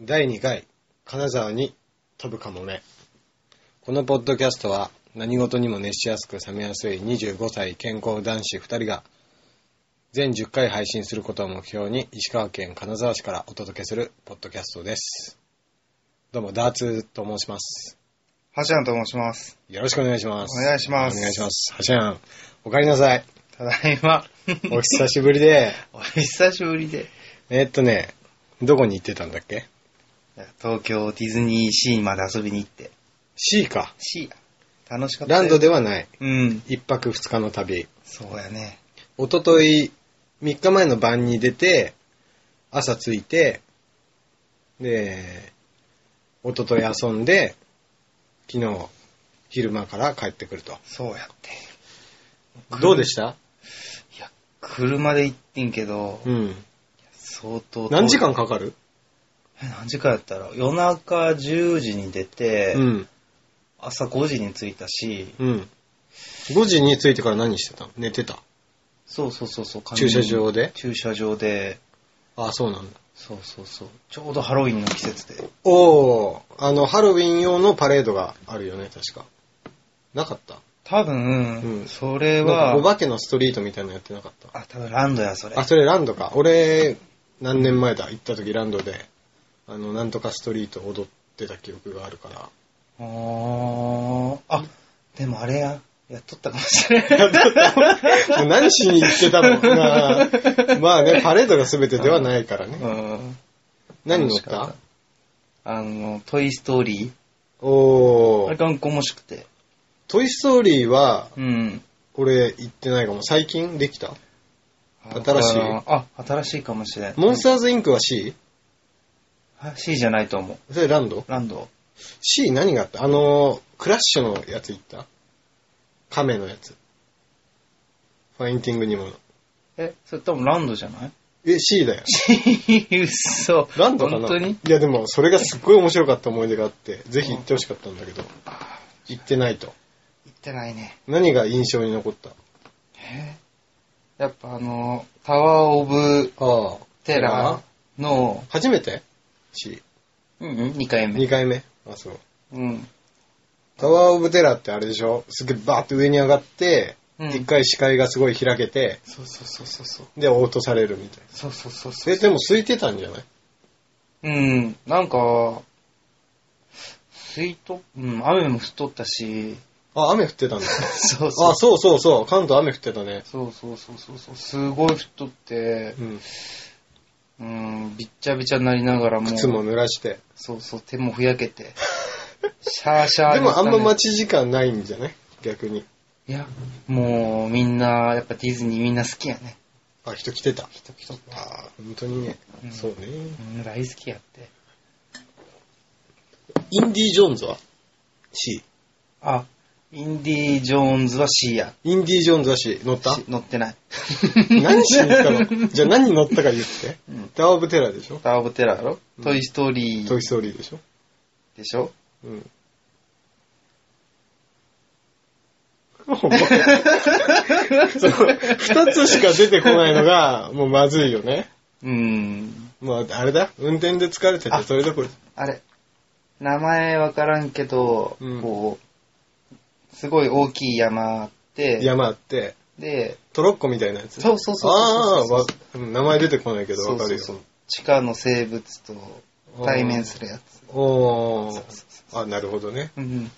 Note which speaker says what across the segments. Speaker 1: 第2回、金沢に飛ぶかもめ。このポッドキャストは、何事にも熱しやすく冷めやすい25歳健康男子2人が、全10回配信することを目標に、石川県金沢市からお届けするポッドキャストです。どうも、ダーツと申します。
Speaker 2: はしゃんと申します。
Speaker 1: よろしくお願いします。
Speaker 2: お願いします
Speaker 1: お願いします。はしゃん、おかえりな さい。
Speaker 2: ただいま。
Speaker 1: お久しぶりで、
Speaker 2: お久しぶりで。
Speaker 1: えーっとね、どこに行ってたんだっけ
Speaker 2: 東京ディズニーシーまで遊びに行って。
Speaker 1: ?C か。
Speaker 2: シー楽しかった
Speaker 1: ラ
Speaker 2: よ。
Speaker 1: ンドではない。
Speaker 2: うん。
Speaker 1: 一泊二日の旅。
Speaker 2: そうやね。
Speaker 1: おととい、3日前の晩に出て、朝着いて、で、おととい遊んで、昨日、昼間から帰ってくると。
Speaker 2: そうやって。
Speaker 1: どうでした
Speaker 2: 車で行ってんけど、
Speaker 1: うん。
Speaker 2: 相当遠い。
Speaker 1: 何時間かかる
Speaker 2: え何時間やったら夜中10時に出て、
Speaker 1: うん。
Speaker 2: 朝5時に着いたし、
Speaker 1: うん。5時に着いてから何してたの寝てた。
Speaker 2: そうそうそうそう。
Speaker 1: 駐車場で
Speaker 2: 駐車場で、
Speaker 1: ああ、そうなんだ。
Speaker 2: そうそうそう。ちょうどハロウィンの季節で。
Speaker 1: おー、あの、ハロウィン用のパレードがあるよね、確か。なかった
Speaker 2: 多分、
Speaker 1: うん
Speaker 2: そ
Speaker 1: な
Speaker 2: れ
Speaker 1: んかお
Speaker 2: は、
Speaker 1: 化けのストリートみたいなのやってなかった
Speaker 2: あ、多分ランドや、それ。
Speaker 1: あ、それランドか。俺、何年前だ行った時ランドで、あの、なんとかストリート踊ってた記憶があるから。
Speaker 2: あーあ、でもあれや、やっとったかもしれない。
Speaker 1: もう何しに行ってたのまあ、まあね、パレードが全てではないからね。
Speaker 2: うん。
Speaker 1: 何乗っ
Speaker 2: 楽しかったあの、トイストーリー。
Speaker 1: お
Speaker 2: あれ
Speaker 1: ー。
Speaker 2: が面白くて。
Speaker 1: トイストーリーは、
Speaker 2: うん。
Speaker 1: 俺行ってないかも。最近できた新しい
Speaker 2: あ、あ新しいかもしれん。
Speaker 1: モンスターズインクは C?
Speaker 2: あ ?C じゃないと思う。
Speaker 1: それランド
Speaker 2: ランド。
Speaker 1: ?C 何があったあの、クラッシュのやつ行った亀のやつ。ファインティングにも。
Speaker 2: え、それ多分ランドじゃない
Speaker 1: え、C だよ。
Speaker 2: 嘘。
Speaker 1: ランドかな
Speaker 2: 本当に
Speaker 1: いやでも、それがすっごい面白かった思い出があって、ぜひ行ってほしかったんだけど、行ってないと。
Speaker 2: 行ってないね。
Speaker 1: 何が印象に残った
Speaker 2: えやっぱあの、タワーオブ
Speaker 1: ああ。
Speaker 2: テラーの、
Speaker 1: 初めて ?C。
Speaker 2: うんうん、2回目。
Speaker 1: 2回目あ、そう。
Speaker 2: うん。
Speaker 1: タワーオブテラーってあれでしょすげえバーって上に上がって、
Speaker 2: うん
Speaker 1: 一回視界がすごい開けて、
Speaker 2: そうそうそうそうそう。
Speaker 1: で、落とされるみたい
Speaker 2: そうそうそうそう。
Speaker 1: な。え、でも空いてたんじゃない
Speaker 2: うん、なんか、水と、うん、雨も降っとった し、
Speaker 1: あ、雨降ってたんだ。
Speaker 2: そう
Speaker 1: あ、そうそうそう。関東雨降ってたね。
Speaker 2: そうそうそうそうそう、すごい降っとって
Speaker 1: う、ん。
Speaker 2: うん、びっちゃびちゃになりながらも、
Speaker 1: 靴も濡らして。
Speaker 2: そうそう、手もふやけて、シャーシャー
Speaker 1: でもあんま
Speaker 2: 待ち
Speaker 1: 待ち時間ないんじゃない逆に。
Speaker 2: いや、もうみんな、やっぱディズニーみんな好きやね。
Speaker 1: あ、人来てた。
Speaker 2: 人来とった。
Speaker 1: ああ、本当にね、
Speaker 2: うん
Speaker 1: そうね。
Speaker 2: うん、大好きやって。
Speaker 1: インディ・ジョーンズは ?C。
Speaker 2: あ、インディ・ジョーンズは C や。
Speaker 1: インディ・ジョーンズは C。乗った
Speaker 2: し乗ってない。
Speaker 1: 何しに行ったのじゃあ何乗ったか言って。
Speaker 2: うん
Speaker 1: タワー・オブ・テラーでしょ
Speaker 2: タワーオブテラーやろ、
Speaker 1: うん
Speaker 2: トイ・ストーリ
Speaker 1: ト
Speaker 2: ー
Speaker 1: イ・ストーリーでしょ
Speaker 2: でしょ
Speaker 1: うん。 そう二つしか出てこないのが、もうまずいよね。
Speaker 2: うん。
Speaker 1: まあ、あれだ。運転で疲れてて、
Speaker 2: あ
Speaker 1: それどころ。
Speaker 2: あれ、名前わからんけど、
Speaker 1: うん
Speaker 2: こう、すごい大きい山あって、
Speaker 1: 山あって、
Speaker 2: で、
Speaker 1: トロッコみたいなやつ。
Speaker 2: そうそうそう
Speaker 1: あ
Speaker 2: そう
Speaker 1: あ
Speaker 2: そう
Speaker 1: わ、名前出てこないけど
Speaker 2: そ
Speaker 1: わ
Speaker 2: う
Speaker 1: か
Speaker 2: そ
Speaker 1: る
Speaker 2: う
Speaker 1: よ。
Speaker 2: そう、地下の生物と対面するやつ。
Speaker 1: おー。あ、なるほどね。
Speaker 2: うん。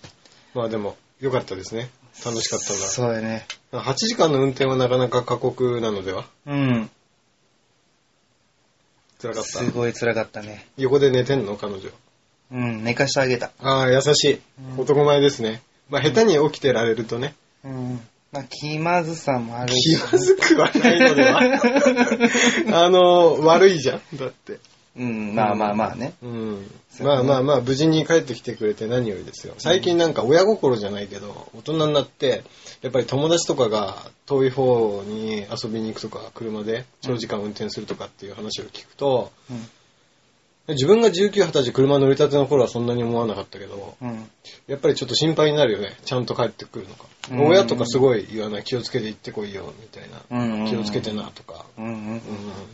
Speaker 1: まあでも、良かったですね。楽しかったな。
Speaker 2: そうやね。
Speaker 1: 8時間の運転はなかなか過酷なのでは
Speaker 2: うん。
Speaker 1: 辛かった
Speaker 2: す。ごい辛かったね。
Speaker 1: 横で寝てんの彼女。
Speaker 2: うん、寝かしてあげた。
Speaker 1: ああ、優し
Speaker 2: う
Speaker 1: い。
Speaker 2: ん
Speaker 1: 男前ですね。まあ下手に起きてられるとね、
Speaker 2: うん。まあ、気まずさもある
Speaker 1: 気
Speaker 2: し、
Speaker 1: まずくはないのでは あの、悪いじゃん。だって。
Speaker 2: うん、まあまあまあね。
Speaker 1: うん。
Speaker 2: そうね
Speaker 1: まあまあまあ、無事に帰ってきてくれて何よりですよ。最近なんか親心じゃないけど、大人になって、やっぱり友達とかが遠い方に遊びに行くとか、車で長時間運転するとかっていう話を聞くと、
Speaker 2: うん。
Speaker 1: 自分が19、20歳車乗りたての頃はそんなに思わなかったけど、
Speaker 2: うん。
Speaker 1: やっぱりちょっと心配になるよね。ちゃんと帰ってくるのか
Speaker 2: う。ん
Speaker 1: 親とかすごい言わない。気をつけて行ってこいよ、みたいな。
Speaker 2: うんうん
Speaker 1: 気をつけてな、とか。
Speaker 2: うんうん
Speaker 1: うん、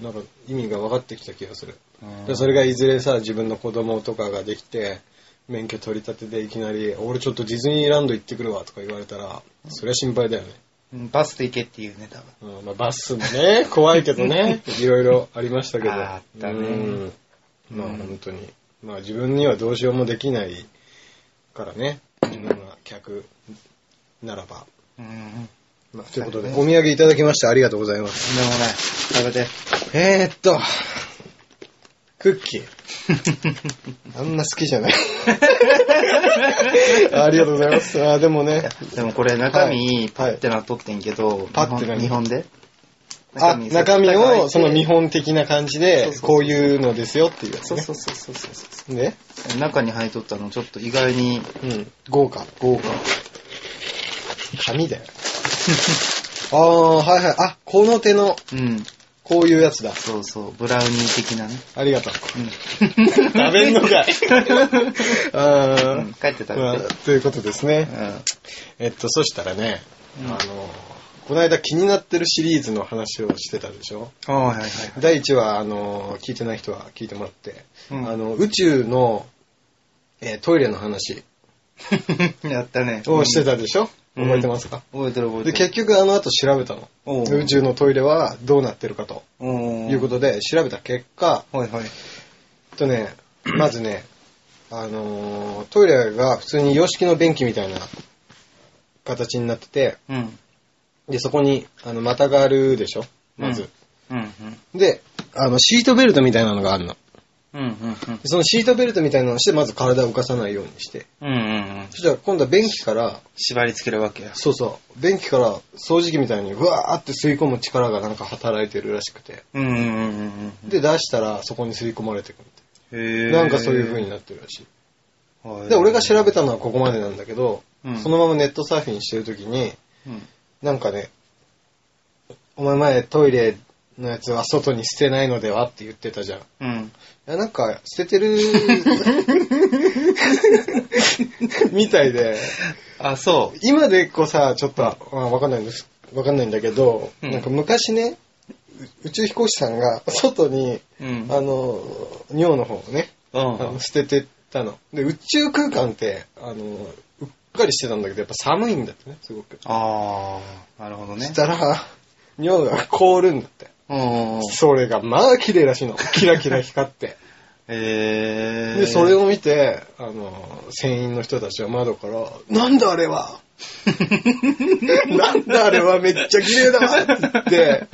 Speaker 1: なんか意味が分かってきた気がする。
Speaker 2: うん。
Speaker 1: でそれがいずれさ、自分の子供とかができて、免許取り立てでいきなり、俺ちょっとディズニーランド行ってくるわとか言われたら、そりゃ心配だよね。
Speaker 2: うんバスで行けっていうね、多分。
Speaker 1: うんまあ、バスもね、 怖いけどね、いろいろありましたけど。
Speaker 2: あったね
Speaker 1: うんまあ本当に。まあ自分にはどうしようもできないからね、自分が客ならば。
Speaker 2: うんうん。
Speaker 1: まあということで、
Speaker 2: そうだ
Speaker 1: お土産いただきましてありがとうございます。
Speaker 2: とんでもない。食べて。
Speaker 1: えー、っと、クッキー。あんな好きじゃない。 ありがとうございます。あーでもね、
Speaker 2: でもこれ中
Speaker 1: は
Speaker 2: 身
Speaker 1: い
Speaker 2: パッてなっとってんけど、
Speaker 1: パッて何
Speaker 2: 日本で
Speaker 1: あ、中身をその見
Speaker 2: 本。
Speaker 1: 本的な感じ
Speaker 2: そ
Speaker 1: で
Speaker 2: うそう、そう
Speaker 1: こういうのですよっていうやつ
Speaker 2: そう
Speaker 1: ね
Speaker 2: そうそうそうそうそ。
Speaker 1: ね。
Speaker 2: う。中に入っとったのちょっと意外に
Speaker 1: うん。豪華。
Speaker 2: 豪華。
Speaker 1: 紙だよ。 ああ、はいはい。あ、この手の、
Speaker 2: うん。
Speaker 1: こういうやつだ。
Speaker 2: そうそう。ブラウニー的なね。
Speaker 1: ありがとう。
Speaker 2: うん。食
Speaker 1: 食べんのかい。 あー
Speaker 2: うん帰って食べて
Speaker 1: まあということですね。
Speaker 2: う
Speaker 1: えっと、そしたらね、
Speaker 2: う
Speaker 1: あ
Speaker 2: ん
Speaker 1: の、この間気になってるシリーズの話をしてたでしょ
Speaker 2: ん。はいはいはい。
Speaker 1: 第1話、あの、聞いてない人は聞いてもらって、
Speaker 2: うん
Speaker 1: あの、宇宙の、えートイレの話
Speaker 2: やったね。
Speaker 1: をしてたでしょ、
Speaker 2: うん
Speaker 1: 覚えてますか、
Speaker 2: 覚えてる覚え
Speaker 1: で、
Speaker 2: て
Speaker 1: 結
Speaker 2: る。
Speaker 1: 局あの後調べたの。
Speaker 2: おう
Speaker 1: 宇宙のトイレはどうなってるかと
Speaker 2: お
Speaker 1: いうことで、調べた結果、
Speaker 2: と。はいはい。
Speaker 1: えっとね、まずね、あのートイレが普通に洋式の便器みたいな形になってて、
Speaker 2: うん。
Speaker 1: で、そこに、あの、股があるでしょまず。
Speaker 2: うんうん。
Speaker 1: で、あの、シートベルトみたいなのがあるの。
Speaker 2: うんうん
Speaker 1: でそのシートベルトみたいなのをして、まず体を浮かさないようにして。
Speaker 2: うん。うんうんうん。
Speaker 1: そしたら今度は便器から、
Speaker 2: 縛り付けるわけや。
Speaker 1: そうそう、便器から掃除機みたいに、うわーって吸い込む力がなんか働いてるらしくて。
Speaker 2: うんうんうんうんうん。
Speaker 1: で、出したらそこに吸い込まれてくるって。
Speaker 2: へー
Speaker 1: なんかそういう風になってるらしい。で、
Speaker 2: はい
Speaker 1: 俺が調べたのはここまでなんだけど、
Speaker 2: うん
Speaker 1: そのままネットサーフィンしてる時に、
Speaker 2: うん
Speaker 1: なんかね、お前前トイレのやつは外に捨てないのではって言ってたじゃん。い
Speaker 2: うん。
Speaker 1: や、なんか捨ててる、 みたいで、
Speaker 2: あ、そう。
Speaker 1: 今でこうさ、ちょっと、あわかんないんです、わかんないんだけど、
Speaker 2: うん
Speaker 1: なんか昔ね、う宇宙飛行士さんが外に、
Speaker 2: うん。
Speaker 1: あの、尿の方をね、
Speaker 2: うん
Speaker 1: あの捨ててったの。で、宇宙空間って、あの、うっかりしてたんだけど、やっぱ寒いんだってね、すごく。
Speaker 2: あー、なるほど
Speaker 1: そ
Speaker 2: ね
Speaker 1: し。たら、尿が凍るんだって。
Speaker 2: うん。
Speaker 1: それが、まあ綺麗らしいの。キラキラ光 って。
Speaker 2: えー。
Speaker 1: で、 それを見て、あの、船員の人たちは窓から、なんだあれ はなんだあれはめっちゃ綺麗だわって言って、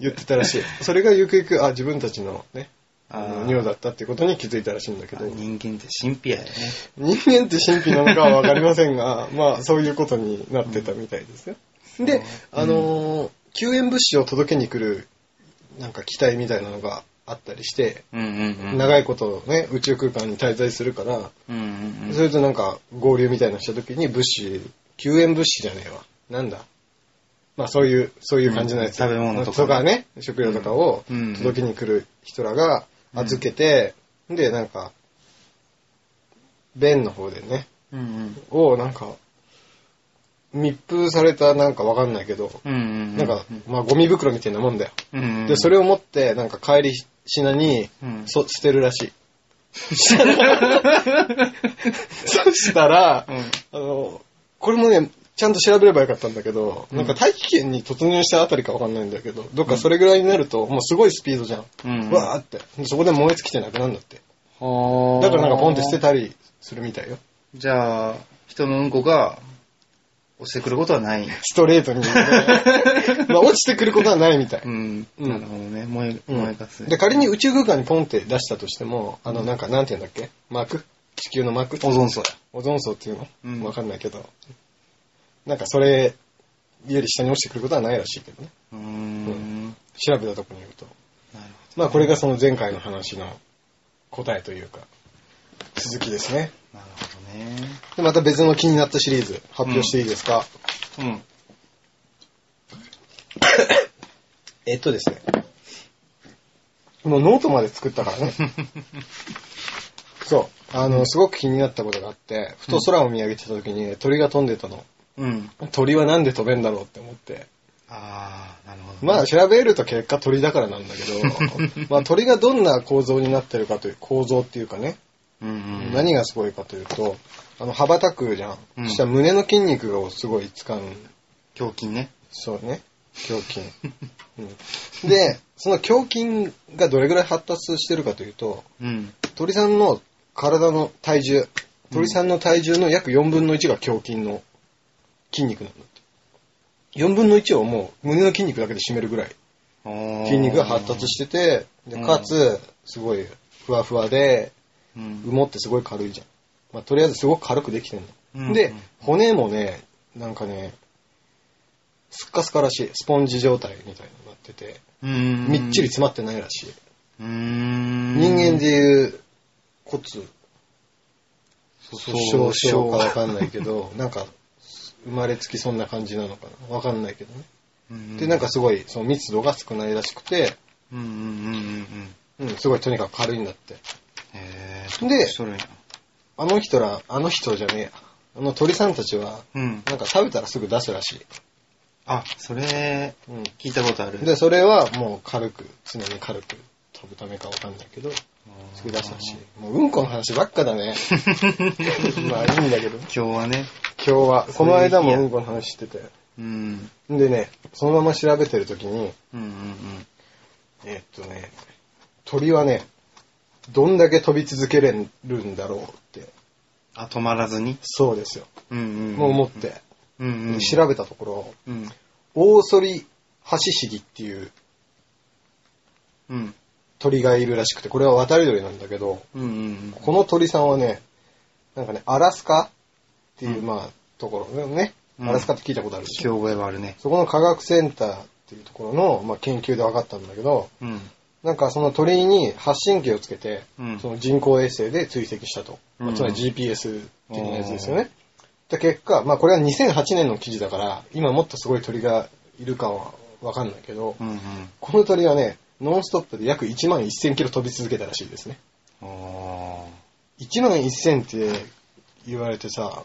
Speaker 1: 言ってたらしい。それがゆくゆく、あ、自分たちのね、あの
Speaker 2: あー
Speaker 1: 尿だったってことに気づいたらしいんだけど、
Speaker 2: 人間って神秘やよね。
Speaker 1: 人間って神秘なのかはわかりませんが、 まあ、そういうことになってたみたいですよ。で、あのー救援物資を届けに来る、なんか機体みたいなのがあったりして、
Speaker 2: うんうんうん。
Speaker 1: 長
Speaker 2: い。
Speaker 1: いことね、宇宙空間に滞在するから、
Speaker 2: うんうんうん。
Speaker 1: それとなんか合流みたいなのした時に物資、救援物資じゃねえわ。なんだまあそういう、そういう感じのやつ。
Speaker 2: うん食べ物とか
Speaker 1: とかね、食料とかを
Speaker 2: うん
Speaker 1: 届けに来る人らが預けて、で、なんか、便の方でね、
Speaker 2: うんうん。
Speaker 1: をなんか、密封されたなんかわかんないけど、
Speaker 2: うんうん。
Speaker 1: なんか、まあゴミ袋みたいなもんだよ。
Speaker 2: うんうん。
Speaker 1: で、それを持って、なんか帰り品に、
Speaker 2: うん
Speaker 1: そ捨てるらしい。そしたら、
Speaker 2: う
Speaker 1: あ
Speaker 2: ん
Speaker 1: の、これもね、ちゃんと調べればよかったんだけど、なんか大気圏に突入したあたりかわかんないんだけど、どっかそれぐらいになると、もうすごいスピードじゃん。
Speaker 2: うんうん
Speaker 1: わーって。そこで燃え尽きてなくなるんだって。
Speaker 2: はー
Speaker 1: だからなんかポンって捨てたりするみたいよ。
Speaker 2: じゃあ、人のうんこが、落ちてくること はない。
Speaker 1: ストレートに、 まあ落ちてくることはないみたい。
Speaker 2: うん。
Speaker 1: うん
Speaker 2: なるほどね。燃え、
Speaker 1: うん
Speaker 2: 燃えかす。
Speaker 1: で、仮に宇宙空間にポンって出したとしても、あの、なんか、なんて言うんだっけ膜地球の膜
Speaker 2: オゾン層や。
Speaker 1: オゾン層っていうの、
Speaker 2: うん
Speaker 1: わかんないけど。なんかそれより下に落ちてくることはないらしいけどね。
Speaker 2: うーん。な
Speaker 1: 調べたところによると。
Speaker 2: る
Speaker 1: まあこれがその前回の話の答えというか、続きですね。
Speaker 2: ほど。なるほどね。
Speaker 1: でまた別の気になったシリーズ発表していいですか、
Speaker 2: うん。
Speaker 1: えっとですね。もうノートまで作ったからね。そう。あの、すごく気になったことがあって、ふと空を見上げてた時に鳥が飛んでたの。
Speaker 2: うん。
Speaker 1: 鳥はなんで飛べんだろうって思って。
Speaker 2: ああ、なるほど。
Speaker 1: まあ調べると結果鳥だからなんだ けど、まあ鳥がどんな構造になってるかという、構造っていうかね、
Speaker 2: うんうん、
Speaker 1: 何がすごいかというと、あの、羽ばたくじゃん。
Speaker 2: うん
Speaker 1: そしたら胸の筋肉をすごい使うん
Speaker 2: 胸筋ね。
Speaker 1: そうね。胸筋。 うんで、その胸筋がどれぐらい発達してるかというと、
Speaker 2: うん。
Speaker 1: 鳥さんの体の体重、鳥さんの体重の約4分の1が胸筋の筋肉なんだって。4分の1をもう胸の筋肉だけで占めるぐらい筋
Speaker 2: 筋
Speaker 1: 肉が発達してて、でかつ、すごいふわふわで、
Speaker 2: て、う
Speaker 1: 羽
Speaker 2: ん、
Speaker 1: 毛ってすごい軽いじゃん。まあ、とりあえずすごく軽くできてんの。
Speaker 2: うん
Speaker 1: で、骨もね、なんかね、すっかすからしい。スポンジ状態みたいになってて、
Speaker 2: うん
Speaker 1: みっちり詰まってないらしい。
Speaker 2: うーん
Speaker 1: 人間でいう骨粗
Speaker 2: そ
Speaker 1: 鬆
Speaker 2: う
Speaker 1: 症かわかんないけど、 なんか、生まれつきそんな感じなのかなわかんないけどね。で、なんか、すごい、その密度が少ないらしくて、
Speaker 2: うんうんうんうんうん。
Speaker 1: うん、すごいとにかく軽いんだって。
Speaker 2: へ
Speaker 1: で
Speaker 2: それ、
Speaker 1: あの人ら、あの人じゃねえや。あの鳥さんたちは、
Speaker 2: うん。
Speaker 1: なんか食べたらすぐ出すらしい。
Speaker 2: あ、それ、
Speaker 1: うん。
Speaker 2: 聞いたことある。
Speaker 1: で、それはもう軽く、常に軽く飛ぶためかわかんないけど、すぐ出すらしい。もううんこの話ばっかだ ね。まあいいんだけど。
Speaker 2: 今日はね、
Speaker 1: 今日は、この間もうんこの話してて。
Speaker 2: うん。
Speaker 1: でね、そのまま調べてるときに、
Speaker 2: うんうん
Speaker 1: えっとね、鳥はね、どんだけ飛び続けれるんだろうって。
Speaker 2: あ、止まらずに。
Speaker 1: そうですよ。
Speaker 2: うんうん。
Speaker 1: もう思って。
Speaker 2: うんうん。
Speaker 1: 調べたところ、
Speaker 2: うん。
Speaker 1: 大ソリハシシギっていう
Speaker 2: うん。
Speaker 1: 鳥がいるらしくて、これは渡り鳥なんだけど、
Speaker 2: うんうん
Speaker 1: この鳥さんはね、なんかね、アラスカっていう、まあ、ところね、
Speaker 2: うん
Speaker 1: アラスカって聞いたことあるでし
Speaker 2: 聞き
Speaker 1: ょ。
Speaker 2: 覚えはあるね。
Speaker 1: そこの科学センターっていうところの、まあ、研究で分かったんだけど、
Speaker 2: うん。
Speaker 1: なんかその鳥に発信機をつけて、
Speaker 2: うん
Speaker 1: その人工衛星で追跡したと。まあ
Speaker 2: うん
Speaker 1: つまり GPS 的なやつですよね。で結果、まあこれは2008年の記事だから、今もっとすごい鳥がいるかはわかんないけど、
Speaker 2: うん
Speaker 1: この鳥はね、ノンストップで約1万1000キロ飛び続けたらしいですね。
Speaker 2: うん。おー。
Speaker 1: 1万1000って言われてさ、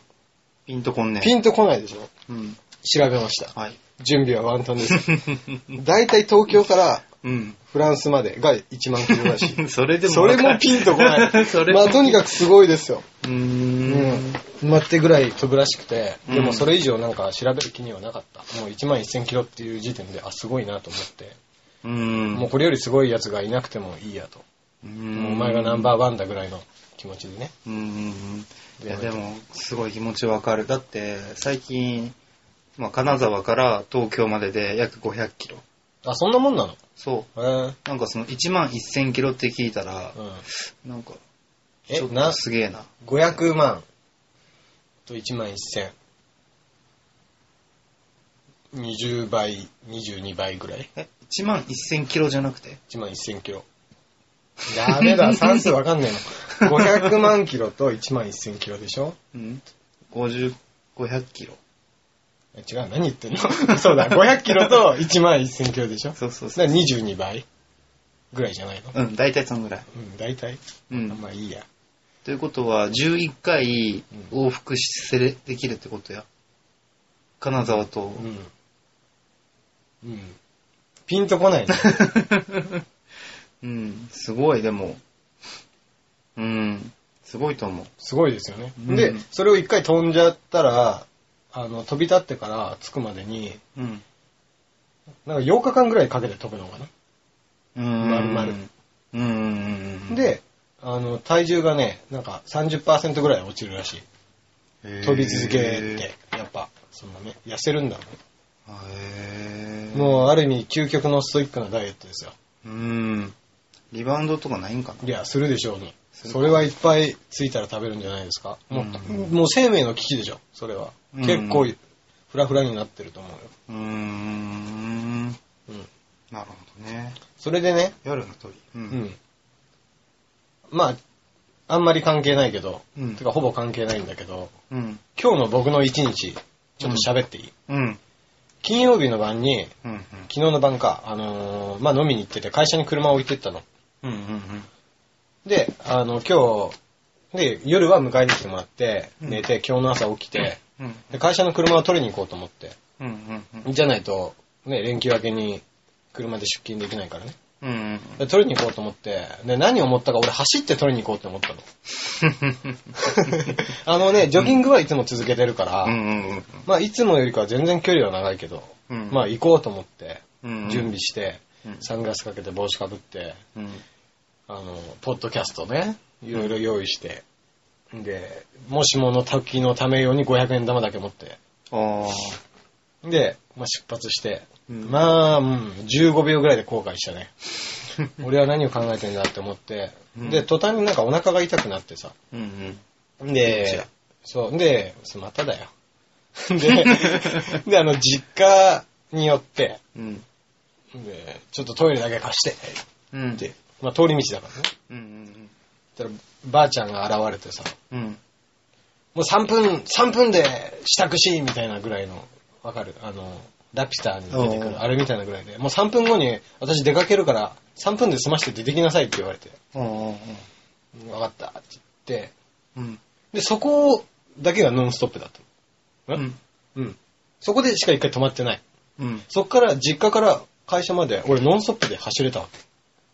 Speaker 2: ピンとこんね。
Speaker 1: ピ
Speaker 2: ン
Speaker 1: ンとこないでしょ
Speaker 2: うん。
Speaker 1: 調べました。
Speaker 2: はい。
Speaker 1: 準備はワンタンです。 だいたい東京から
Speaker 2: うん。
Speaker 1: フランスまでが1万キロらしい。
Speaker 2: それでも
Speaker 1: そ
Speaker 2: わ
Speaker 1: れ
Speaker 2: かる。
Speaker 1: もピンとこな
Speaker 2: それ
Speaker 1: い。
Speaker 2: も
Speaker 1: まあとにかくすごいですよ。
Speaker 2: うー。。
Speaker 1: うん待ってぐらい飛ぶらしくて、
Speaker 2: うん
Speaker 1: でもそれ以上なんか調べる気にはなかった。もう1万1000キロっていう時点で、あ、すごいなと思って、
Speaker 2: うん。
Speaker 1: もうこれよりすごいやつがいなくてもいいやと。
Speaker 2: う
Speaker 1: もうんお前がナンバーワンだぐらいの気持ちでね。
Speaker 2: うんうんうん。いや、でも、すごい気持ちわかる。だって、最近、まあ、金沢から東京までで約500キロ。
Speaker 1: あ、そんなもんなの
Speaker 2: そ
Speaker 1: へー
Speaker 2: う。なんかその1万1000キロって聞いたら、
Speaker 1: うん。
Speaker 2: なんか、
Speaker 1: え
Speaker 2: ちょっ、
Speaker 1: な
Speaker 2: と、すげえな。
Speaker 1: 500万と1万1000。20倍、22倍ぐらい
Speaker 2: え、1万1000キロじゃなくて
Speaker 1: ?1 万1000キロ。ダメ だ、算数わかんねえの。500万キロと1万1000キロでしょ
Speaker 2: うん。50、500キロ。
Speaker 1: え違う、何言ってんの そうだ、500キロと1万1000キロでしょ
Speaker 2: そうそう
Speaker 1: そ
Speaker 2: そう。
Speaker 1: れ22倍ぐらいじゃないの
Speaker 2: うん、大体そんぐらい。
Speaker 1: うん、大体。
Speaker 2: うん。
Speaker 1: まあいいや。
Speaker 2: ということは、11回往復せれ、できるってことや。金沢と、
Speaker 1: うん。うん。ピンとこないね。
Speaker 2: うん、すごい、でも。うん、すごいと思う。
Speaker 1: すごいですよね。
Speaker 2: うん
Speaker 1: で、それを一回飛んじゃったら、あの、飛び立ってから着くまでに、
Speaker 2: うん。
Speaker 1: なんか8日間ぐらいかけて飛ぶのかな。
Speaker 2: うん。
Speaker 1: 丸々
Speaker 2: うんうん。うん、
Speaker 1: で、あの、体重がね、なんか30%ぐらい落ちるらしい。飛び続けて
Speaker 2: へ。
Speaker 1: やっぱ、そのね、痩せるんだろ
Speaker 2: え
Speaker 1: うね。。もう、ある意味、究極のストイックなダイエットですよ。
Speaker 2: う、うん。リバウンドとかないんか
Speaker 1: いや、するでしょうに。
Speaker 2: する
Speaker 1: それはいっぱいついたら食べるんじゃないですか。もう、
Speaker 2: うん
Speaker 1: もう生命の危機でしょ、それは。
Speaker 2: うん
Speaker 1: 結構、フラフラになってると思うよ。
Speaker 2: な。うーん。
Speaker 1: うん。
Speaker 2: なるほどね。
Speaker 1: それでね、
Speaker 2: 夜の鳥。う
Speaker 1: う。ん。まあ、あんまり関係ないけど、
Speaker 2: うん
Speaker 1: てかほぼ関係ないんだけど、
Speaker 2: うん。
Speaker 1: 今日の僕の一日、ちょっと喋っていい、
Speaker 2: うん。
Speaker 1: 金曜日の晩に、
Speaker 2: うん。
Speaker 1: 昨日の晩か、あのーまあ飲みに行ってて会社に車を置いてったの。
Speaker 2: うんうん
Speaker 1: で、あの、今日、で、夜は迎えに来てもらって、
Speaker 2: うん
Speaker 1: 寝て、今日の朝起きて、
Speaker 2: うん。
Speaker 1: で、会社の車を取りに行こうと思って。
Speaker 2: うんうんうん。
Speaker 1: じゃないと、ね、連休明けに車で出勤できないからね。
Speaker 2: うんうん
Speaker 1: で、取りに行こうと思って、で、何を思ったか俺走って取りに行こうって思 ったの。あのね、ジョギングはいつも続けてるから、
Speaker 2: うんうん
Speaker 1: まあ、いつもよりかは全然距離は長いけど、
Speaker 2: うん。
Speaker 1: まあ、行こうと思って、
Speaker 2: うん
Speaker 1: 準備して、
Speaker 2: うん
Speaker 1: サングラスかけて帽子かぶって、
Speaker 2: うん
Speaker 1: あの、ポッドキャストね、いろいろ用意して、で、もしもの時のため用に500円玉だけ持って、
Speaker 2: ああ。
Speaker 1: で、まあ、出発して、
Speaker 2: うん
Speaker 1: まあ、うん、15秒ぐらいで後悔した ね。俺は何を考えてんだって思って、
Speaker 2: うん
Speaker 1: で、途端になんかお腹が痛くなってさ、
Speaker 2: うんうん。
Speaker 1: で、そう、で、そうまただ よ。で、で、あの、実家によって、
Speaker 2: うん。
Speaker 1: で、ちょっとトイレだけ貸して、
Speaker 2: うん。
Speaker 1: って、まあ、通り道だからね。
Speaker 2: うん
Speaker 1: そしたら、ばあちゃんが現れてさ、
Speaker 2: うんうん。うん。
Speaker 1: もう3分、3分で支度し、みたいなぐらいの、わかるあの、ラピュタに出てく
Speaker 2: おう
Speaker 1: る、あれみたいなぐらいで、もう3分後に、私出かけるから、3分で済まして出てきなさいって言われて、
Speaker 2: ああ。
Speaker 1: わかった、って言って、
Speaker 2: うん。
Speaker 1: で、そこだけがノンストップだった。
Speaker 2: うん。
Speaker 1: うん。そこでしか一回止まってない。
Speaker 2: うん。
Speaker 1: そっから、実家から会社まで、俺ノンストップで走れたわけ。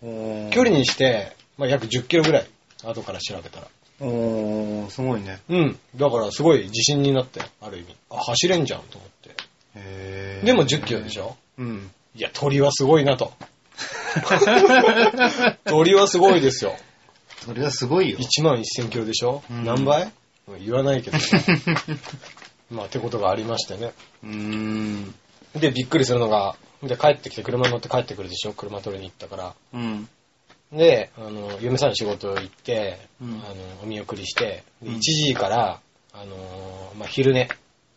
Speaker 2: おー
Speaker 1: 距離にして、まあ、約10キロぐらい、後から調べたら。
Speaker 2: おーすごいね。
Speaker 1: うん。だから、すごい自信になって、ある意味。あ、走れんじゃん、と思って。
Speaker 2: へー
Speaker 1: でも10キロでしょ
Speaker 2: うん。
Speaker 1: いや、鳥はすごいな と。鳥はすごいですよ。
Speaker 2: それはすごいよ。
Speaker 1: 1万1000キロでしょ、
Speaker 2: うん
Speaker 1: 何倍言わないけ どさ。まあ、ってことがありましてね。
Speaker 2: うーん。
Speaker 1: で、びっくりするのが、で、帰ってきて、車に乗って帰ってくるでしょ車取りに行ったから。
Speaker 2: うん。
Speaker 1: で、あの、嫁さんの仕事行って、
Speaker 2: うん
Speaker 1: あの、お見送りして、で
Speaker 2: うん
Speaker 1: 1時から、あのーまあ、昼寝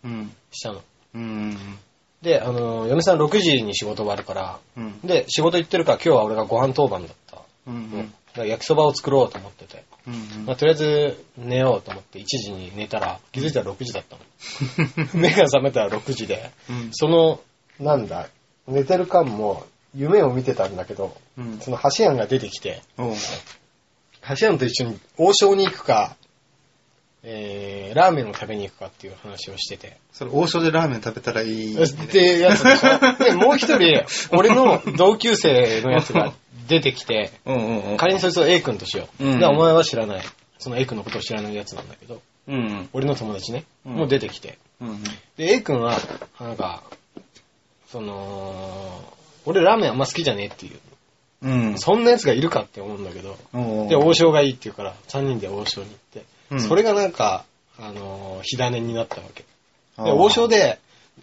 Speaker 2: うん。
Speaker 1: したの。
Speaker 2: うん。
Speaker 1: で、あのー嫁さん6時に仕事終わるから、
Speaker 2: うん。
Speaker 1: で、仕事行ってるから今日は俺がご飯当番だった。
Speaker 2: うん。う
Speaker 1: うん
Speaker 2: ん
Speaker 1: だ。から焼きそばを作ろうと思ってて。
Speaker 2: うんうん
Speaker 1: まあ、とりあえず寝ようと思って1時に寝たら、気づいたら6時だったの。 目が覚めたら6時で、
Speaker 2: うん
Speaker 1: その、なんだ、寝てる間も夢を見てたんだけど、
Speaker 2: うん
Speaker 1: そのハシアンが出てきて、
Speaker 2: おう
Speaker 1: ハシアンと一緒に王将に行くか、えー、ラーメンを食べに行くかっていう話をしてて。
Speaker 2: それ、王将でラーメン食べたらいい。
Speaker 1: で、やつでしょで、もう一人、俺の同級生のやつが出てきて、
Speaker 2: うんうんうん。
Speaker 1: 仮にそいつを A 君としよう。
Speaker 2: うん
Speaker 1: だからお前は知らない。その A 君のことを知らないやつなんだけど、
Speaker 2: うん
Speaker 1: 俺の友達ね、
Speaker 2: うん
Speaker 1: もう出てきて。
Speaker 2: うん。うん
Speaker 1: で、A 君は、なんか、その、俺ラーメンあんま好きじゃねえっていう。
Speaker 2: うん。
Speaker 1: そんなやつがいるかって思うんだけど、
Speaker 2: おう
Speaker 1: で、王将がいいって言うから、3人で王将に行って、
Speaker 2: うん
Speaker 1: それがなんか、あのー火種になったわけ。で、王将で、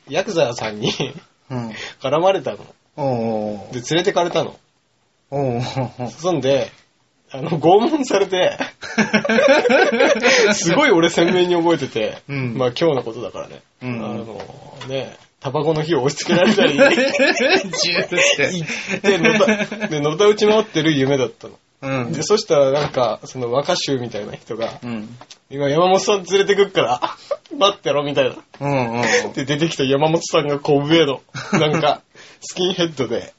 Speaker 1: ヤクザさんに
Speaker 2: うん。
Speaker 1: 絡まれたの。
Speaker 2: おう
Speaker 1: で、連れてかれたの。
Speaker 2: おう
Speaker 1: そんで、あの、拷問され て、すごい俺鮮明に覚えてて、
Speaker 2: うん
Speaker 1: まあ今日のことだからね。
Speaker 2: うん
Speaker 1: あのーね、タバコの火を押し付けられたり、
Speaker 2: ジューっ
Speaker 1: で、
Speaker 2: て。
Speaker 1: のた、で、のた打ち回ってる夢だったの。
Speaker 2: うん。
Speaker 1: で、そしたらなんか、その若衆みたいな人が、
Speaker 2: うん。
Speaker 1: 今山本さん連れてくっから、待ってろみたいな。
Speaker 2: うんうん。
Speaker 1: で、出てきた山本さんが小笛の、なんか、スキンヘッドで、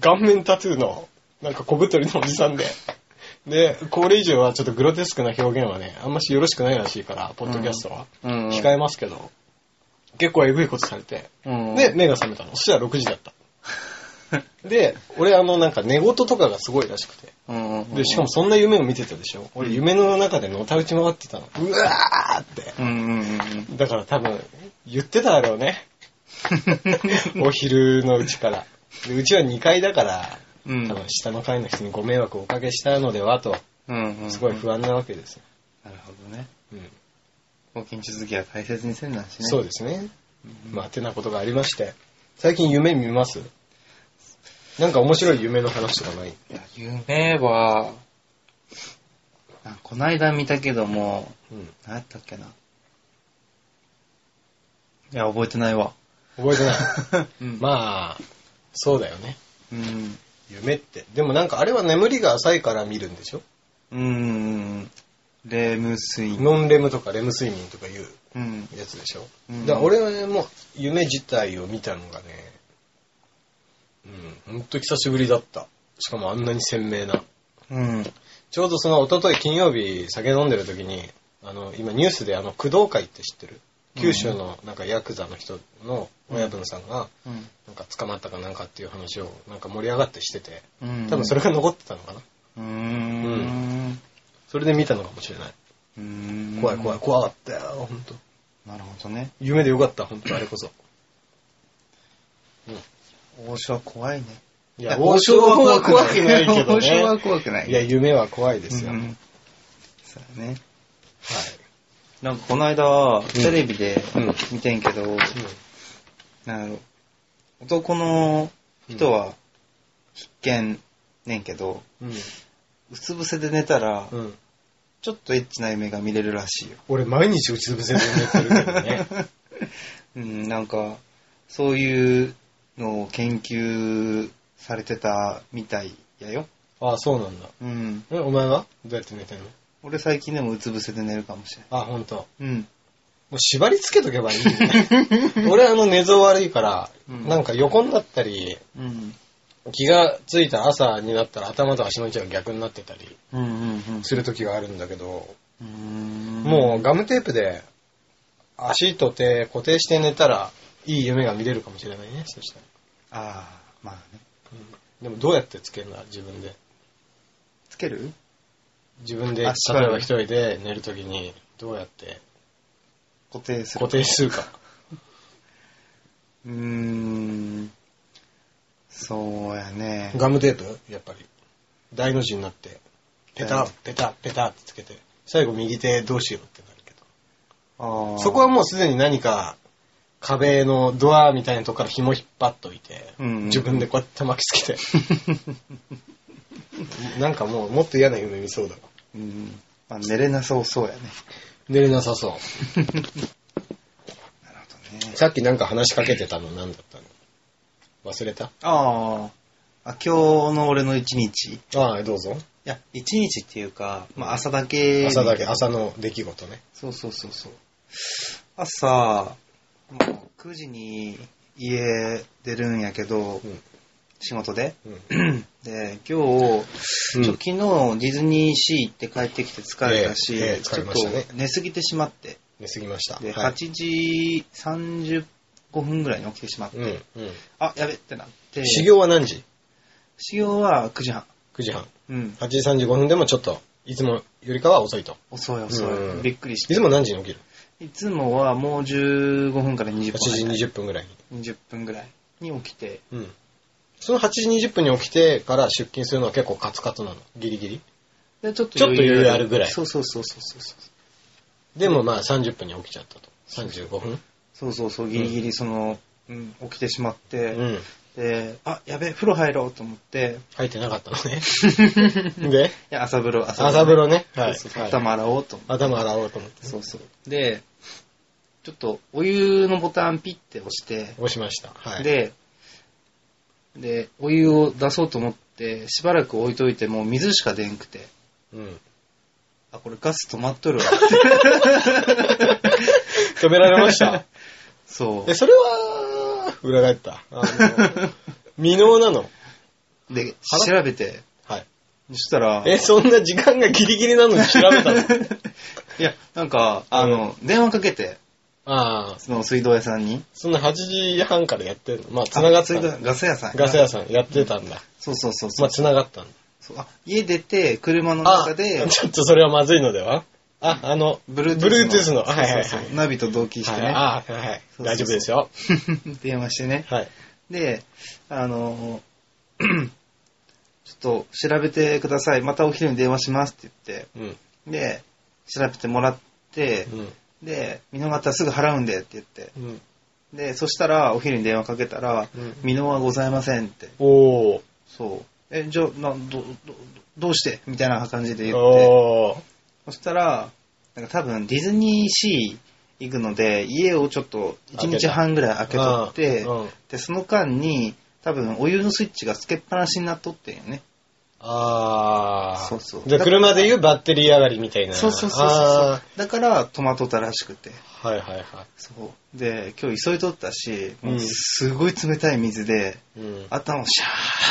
Speaker 1: 顔面タトゥーの、なんか小太りのおじさんで、で、これ以上はちょっとグロテスクな表現はね、あんましよろしくないらしいから、ポッドキャストは。
Speaker 2: うん。
Speaker 1: 控えますけど、結構エグいことされて、
Speaker 2: うん。
Speaker 1: で、、目が覚めたの。そしたら6時だった。 で、俺あのなんか寝言とかがすごいらしくて。
Speaker 2: うん。
Speaker 1: で、しかも、そんな夢を見てたでしょ俺夢の中でのたうち回ってたの。うわーって。
Speaker 2: うんうんうん。
Speaker 1: だから多分、言ってただろうね。お昼のうちから。でうちは2階だから、
Speaker 2: う
Speaker 1: 多
Speaker 2: ん。
Speaker 1: 分下の階の人にご迷惑をおかけしたのではと、
Speaker 2: うんうん。
Speaker 1: すごい不安なわけですよ。
Speaker 2: なるほどね。
Speaker 1: うん
Speaker 2: 冒険続きは大切にせんなんしね。
Speaker 1: そうですね。まあ、てなことがありまして。最近夢見ますなんか面白い夢の話とかない
Speaker 2: いや、夢は、あこないだ見たけども、
Speaker 1: うん。
Speaker 2: 何やったっけな。いや、覚えてないわ。
Speaker 1: 覚えてない。
Speaker 2: うん
Speaker 1: まあ、そうだよね。
Speaker 2: うん。
Speaker 1: 夢って。でもなんかあれは眠りが浅いから見るんでしょ
Speaker 2: うん。レム睡眠。
Speaker 1: ノンレムとかレム睡眠とかいう
Speaker 2: うん。
Speaker 1: やつでしょ、
Speaker 2: うん
Speaker 1: だから俺はねもう夢自体を見たのがね、うん、ほんと久しぶりだった。しかもあんなに鮮明な。
Speaker 2: うん。
Speaker 1: ちょうどその一昨日金曜日酒飲んでる時に、あの、今ニュースであの、工藤会って知ってる
Speaker 2: うん
Speaker 1: 九州のなんかヤクザの人の親分さんが、
Speaker 2: うん。
Speaker 1: なんか捕まったかなんかっていう話をなんか盛り上がってしてて、
Speaker 2: うん。
Speaker 1: 多分それが残ってたのかな。
Speaker 2: うーん。
Speaker 1: それで見たのかもしれない。
Speaker 2: うーん。
Speaker 1: 怖い怖い、怖かったよ、本当
Speaker 2: い。なるほどね。
Speaker 1: 夢でよかった、本当あれこそ。うん。
Speaker 2: 王将怖いね。
Speaker 1: いや、王将は怖くないけどね。
Speaker 2: 王将は怖くない。
Speaker 1: いや、夢は怖いですよ。
Speaker 2: うんう
Speaker 1: はい
Speaker 2: ん。そうだね。なんかこの間、テレビで
Speaker 1: うん
Speaker 2: 見てんけど、なんやろ、男の人は必見ねんけど、
Speaker 1: うん。
Speaker 2: うつ伏せで寝たら、
Speaker 1: うん。
Speaker 2: ちょっとエッチな夢が見れるらしいよ。
Speaker 1: 俺、毎日うちぶせで寝てるけどね。
Speaker 2: うん、なんか、そういうのを研究されてたみたいやよ。
Speaker 1: ああ、そうなんだ。
Speaker 2: うん。
Speaker 1: え、お前はどうやって寝てんの
Speaker 2: 俺最近でもうつ伏せで寝るかもしれ
Speaker 1: あ、ほんと。
Speaker 2: ない。うん。
Speaker 1: もう縛り付けとけばい いんだよ俺、あの、寝相悪いから、
Speaker 2: うん
Speaker 1: なんか横になったり、
Speaker 2: うん。
Speaker 1: 気がついた朝になったら頭と足の位置が逆になってたり
Speaker 2: うんうんうん。
Speaker 1: する時があるんだけど、
Speaker 2: うーん。
Speaker 1: もうガムテープで足と手固定して寝たらいい夢が見れるかもしれないね、そしたら。
Speaker 2: ああ、まあね。
Speaker 1: うんでもどうやってつけるんだ、自分で。
Speaker 2: つける
Speaker 1: 自分で、例
Speaker 2: あ縛る
Speaker 1: えば一人で寝るときにどうやって
Speaker 2: 固定する。
Speaker 1: 固定するか。
Speaker 2: うーん。そうやね。
Speaker 1: ガムテープやっぱり。大の字になって、ペタ
Speaker 2: うん
Speaker 1: ペタペタってつけて、最後右手どうしようってなるけ
Speaker 2: ああ
Speaker 1: ど。そこはもうすでに何か壁のドアみたいなとこから紐引っ張っといて、
Speaker 2: うんうん
Speaker 1: 自分でこうやって巻きつけて。なんかもうもっと嫌な夢見そうだわ。
Speaker 2: うん。まあ、寝れなそうそうやね。
Speaker 1: 寝れなさそう。
Speaker 2: なるほどね。
Speaker 1: さっきなんか話しかけてたの何だったの忘れた
Speaker 2: ああ。あ、今日の俺の一日。い
Speaker 1: ああ、どうぞ。
Speaker 2: や、一日っていうか、まあ、朝だけ。
Speaker 1: 朝だけ、。朝の出来事ね。
Speaker 2: そうそうそうそう。朝、もう9時に家出るんやけど、
Speaker 1: うん
Speaker 2: 仕 事で。
Speaker 1: うん。
Speaker 2: で、今日、
Speaker 1: うん
Speaker 2: ちょ昨日ディズニーシー行って帰ってきて疲れたし、
Speaker 1: ええええ疲
Speaker 2: ち
Speaker 1: れ
Speaker 2: ょっ
Speaker 1: ましたね
Speaker 2: と寝すぎてしまって、
Speaker 1: 寝すぎました。
Speaker 2: で、
Speaker 1: はい
Speaker 2: 8時35分ぐらいに起きてしまって、
Speaker 1: うん、うん。
Speaker 2: あ、やべってなって、
Speaker 1: 修行は何時
Speaker 2: 始業は9時半。
Speaker 1: ?9 時半。
Speaker 2: うん。
Speaker 1: 8時35分でもちょっと、いつもよりかは遅いと。
Speaker 2: 遅い遅い。
Speaker 1: うん
Speaker 2: びっくりし
Speaker 1: い
Speaker 2: て
Speaker 1: つ。も何時に起きる
Speaker 2: いつもはもう15分から
Speaker 1: ?8
Speaker 2: 20分
Speaker 1: 時20分ぐらいに。
Speaker 2: 20分ぐらいに起きて、
Speaker 1: うん。その8時20分に起きてから出勤するのは結構カツカツなの。ギリギリ。
Speaker 2: でちょっ
Speaker 1: ちょっと余裕あるぐらい
Speaker 2: そうそうそうそうそうそう。
Speaker 1: でもまあ30分に起きちゃったと。35分
Speaker 2: そうそうそう、ギリギリその、うん、起きてしまって、
Speaker 1: うん。
Speaker 2: で、あ、やべ、風呂入ろうと思って、
Speaker 1: 入ってなかったのね。 で、
Speaker 2: いや、朝風呂、朝
Speaker 1: 朝風呂ね。はい。
Speaker 2: そうそう
Speaker 1: はい
Speaker 2: 頭洗おうと思って。
Speaker 1: 頭洗おうと思って。
Speaker 2: そうそう。で、ちょっとお湯のボタンピッて押して、
Speaker 1: 押しました。はい。、
Speaker 2: で、で、お湯を出そうと思って、しばらく置いといてもう水しか出んくて、
Speaker 1: うん。
Speaker 2: あ、これガス止まっとるわ。
Speaker 1: 止められま した。
Speaker 2: そ
Speaker 1: え、それは、裏返った。 あの、未納なの。
Speaker 2: う。で、
Speaker 1: 腹
Speaker 2: 調べて、
Speaker 1: はい。
Speaker 2: そしたら、
Speaker 1: え、そんな時間がギリギリなのに調べたの
Speaker 2: いや、なんか、あの、電話かけて、
Speaker 1: ああ、
Speaker 2: その水道屋さんに。
Speaker 1: そんな8時半からやってるの。まあ、繋がってた
Speaker 2: あ
Speaker 1: ん
Speaker 2: 水
Speaker 1: だ
Speaker 2: 道。ガス屋さん。
Speaker 1: ガス屋さんやってたんだ。
Speaker 2: そうそうそうそ
Speaker 1: ま
Speaker 2: う
Speaker 1: あ、繋がったんだ。
Speaker 2: そうあ。家出て、車の
Speaker 1: あ
Speaker 2: 中、で、
Speaker 1: ちょっとそれはまずいのではあ、あの、
Speaker 2: Bluetooth の
Speaker 1: Bluetooth の。はいはい
Speaker 2: そう
Speaker 1: は
Speaker 2: そう
Speaker 1: い
Speaker 2: そう。ナビと同期して
Speaker 1: はい、
Speaker 2: ね。
Speaker 1: ああ、はいはい。
Speaker 2: そうそうそう
Speaker 1: 大丈夫ですよ。
Speaker 2: 電話してね。
Speaker 1: はい。
Speaker 2: で、あの、 ちょっと調べてください。またお昼に電話しますって言って、
Speaker 1: うん。
Speaker 2: で、調べてもらって、
Speaker 1: うん。
Speaker 2: で、見逃ったらすぐ払うんでって言って、
Speaker 1: うん。
Speaker 2: で、そしたらお昼に電話かけたら、
Speaker 1: うん
Speaker 2: 見逃はございませんって。
Speaker 1: おー。
Speaker 2: そう。え、じゃあ、などどどうしてみたいな感じで言って、
Speaker 1: おー。
Speaker 2: そしたら、なんか多分ディズニーシー行くので、家をちょっと1日半ぐらい開けとって、
Speaker 1: うんうん
Speaker 2: で、その間に、多分お湯のスイッチがつけっぱなしになっとってんよね。
Speaker 1: ああ。
Speaker 2: そうそう
Speaker 1: じゃあ車でいうバッテリー上がりみたいな。
Speaker 2: そうそうそうそ
Speaker 1: あ
Speaker 2: う。だから、トマトたらしくて。
Speaker 1: ーはいはいは
Speaker 2: そう。で、今日急いとったし、もううんすごい冷たい水で、
Speaker 1: い。うん。
Speaker 2: 頭をシ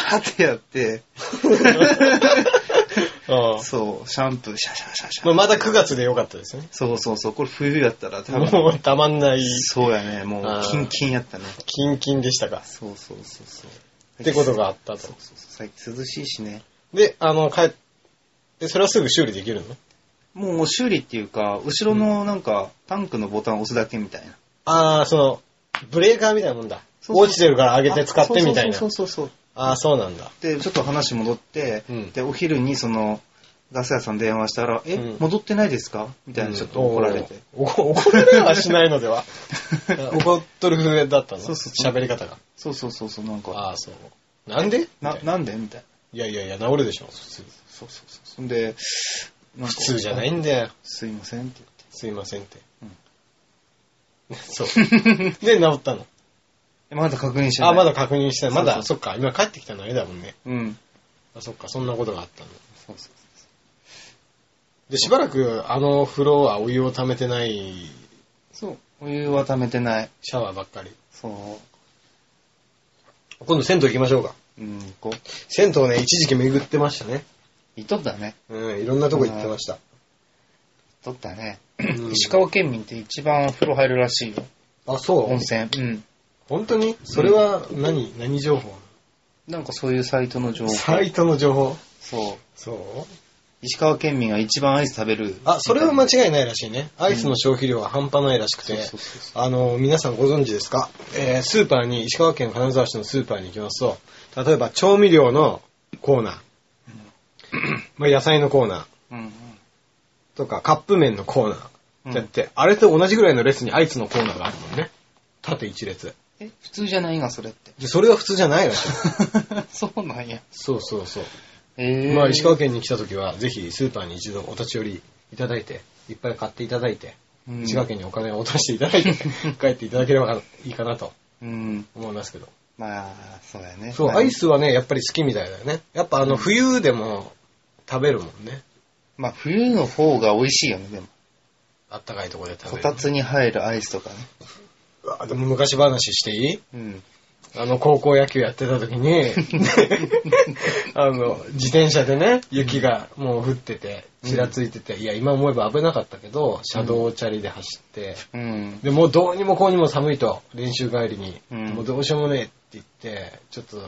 Speaker 2: ャーってやって、
Speaker 1: ああ
Speaker 2: そう、シャンプーシャシャシャシ
Speaker 1: まあ
Speaker 2: ャ。
Speaker 1: まだ9月でよかったですね。
Speaker 2: そうそうそう、これ冬やったら多分、
Speaker 1: もうたまんない、
Speaker 2: そうやね、も
Speaker 1: あ
Speaker 2: う
Speaker 1: ー
Speaker 2: キンキンやったね。
Speaker 1: キンキンでしたか。
Speaker 2: そうそうそうそう。
Speaker 1: ってことがあったと
Speaker 2: そうそうそう。最近涼しいしね。
Speaker 1: で、あの、帰って、それはすぐ修理できるの
Speaker 2: もう修理っていうか、後ろのなんか、タンクのボタンを押すだけみたいな。
Speaker 1: ああ、その、ブレーカーみたいなもんだ。
Speaker 2: そうそう
Speaker 1: 落ちてるから上げて使ってみたいな
Speaker 2: そう。そうそうそうそう。
Speaker 1: ああ、そうなんだ。
Speaker 2: で、ちょっと話戻って、
Speaker 1: うん
Speaker 2: で、お昼にその、ガス屋さん電話したら、え、
Speaker 1: うん
Speaker 2: 戻ってないですかみたいなちょっと怒られて。
Speaker 1: うん。お怒られはしないので は怒っとる風だったの
Speaker 2: そうそうそう
Speaker 1: 喋り方が。
Speaker 2: そうそうそうそう、なんか、
Speaker 1: ああ、そう。なんでみ
Speaker 2: な
Speaker 1: た、いな
Speaker 2: なんでみたいな。
Speaker 1: いやいやいや、治るでしょ、普通。
Speaker 2: そうそうそうそんで、普
Speaker 1: 普通じゃないんだよ。
Speaker 2: すいませんって
Speaker 1: すいませんって
Speaker 2: う ん。
Speaker 1: そう。
Speaker 2: 言って。
Speaker 1: で、治 ったの。
Speaker 2: まだ確認してない。
Speaker 1: あ、まだ。確認してない。ま
Speaker 2: そ
Speaker 1: だ、
Speaker 2: う
Speaker 1: そ
Speaker 2: そ
Speaker 1: っか、今帰ってきたのあれだもんね。
Speaker 2: うん。
Speaker 1: あ、そっか、そんなことがあったんだ。
Speaker 2: そうそう
Speaker 1: で、しばらく、あの風呂はお湯を溜めてない
Speaker 2: そう。そう、お湯は溜めてない。
Speaker 1: シャワーばっかり。
Speaker 2: そ
Speaker 1: 今度銭湯行きましょうか。
Speaker 2: う。うん、こう。
Speaker 1: 銭湯ね、一時期巡ってましたね。
Speaker 2: いとったね。
Speaker 1: うん、いろんなとこ行ってました。
Speaker 2: いとったね。
Speaker 1: うん
Speaker 2: 石川県民って一番お風呂入るらしいよ。
Speaker 1: あ、そ
Speaker 2: 温
Speaker 1: う
Speaker 2: 泉。うん。
Speaker 1: 本当にそれは何、何情報
Speaker 2: なんかそういうサイトの情報。
Speaker 1: サイトの情報
Speaker 2: そう。
Speaker 1: そう
Speaker 2: 石川県民が一番アイス食べる。
Speaker 1: あ、それは間違いないらしいね。アイスの消費量は半端ないらしくて、
Speaker 2: そうそうそう
Speaker 1: あの、皆さんご存知ですか、えースーパーに、石川県金沢市のスーパーに行きますと、例えば調味料のコーナー、まあ野菜のコーナー
Speaker 2: うんうん。
Speaker 1: とかカップ麺のコーナ
Speaker 2: う
Speaker 1: ー
Speaker 2: ん
Speaker 1: だって、あれと同じぐらいの列にアイスのコーナーがあるもんね。縦一列。
Speaker 2: え、普通じゃないが、それって。
Speaker 1: で、それは普通じゃないらしい。
Speaker 2: そうなんや。
Speaker 1: そうそうそう。
Speaker 2: え
Speaker 1: まあ、石川県に来た時は、ぜひスーパーに一度お立ち寄りいただいて、いっぱい買っていただいて、
Speaker 2: うん
Speaker 1: 石川県にお金を落としていただい て、帰っていただければいいかなと
Speaker 2: うん。
Speaker 1: 思いますけど。
Speaker 2: まあ、そうやね。
Speaker 1: そう、
Speaker 2: まあ
Speaker 1: アイスはね、やっぱり好きみたいだよね。やっぱあの、冬でも食べるもんね。
Speaker 2: まあ、冬の方が美味しいよね、でも。
Speaker 1: あったかいところで食
Speaker 2: こ
Speaker 1: べる
Speaker 2: た。つに入るアイスとかね。
Speaker 1: うわでも昔話していい
Speaker 2: うん。
Speaker 1: あの、高校野球やってた時 に、あの、自転車でね、雪がもう降ってて、ちらついてて、いや、今思えば危なかったけど、車道チャリで走って、
Speaker 2: うん。
Speaker 1: で、もうどうにもこうにも寒いと、練習帰りに、
Speaker 2: うん
Speaker 1: もうどうしようもねえって言って、ちょっと、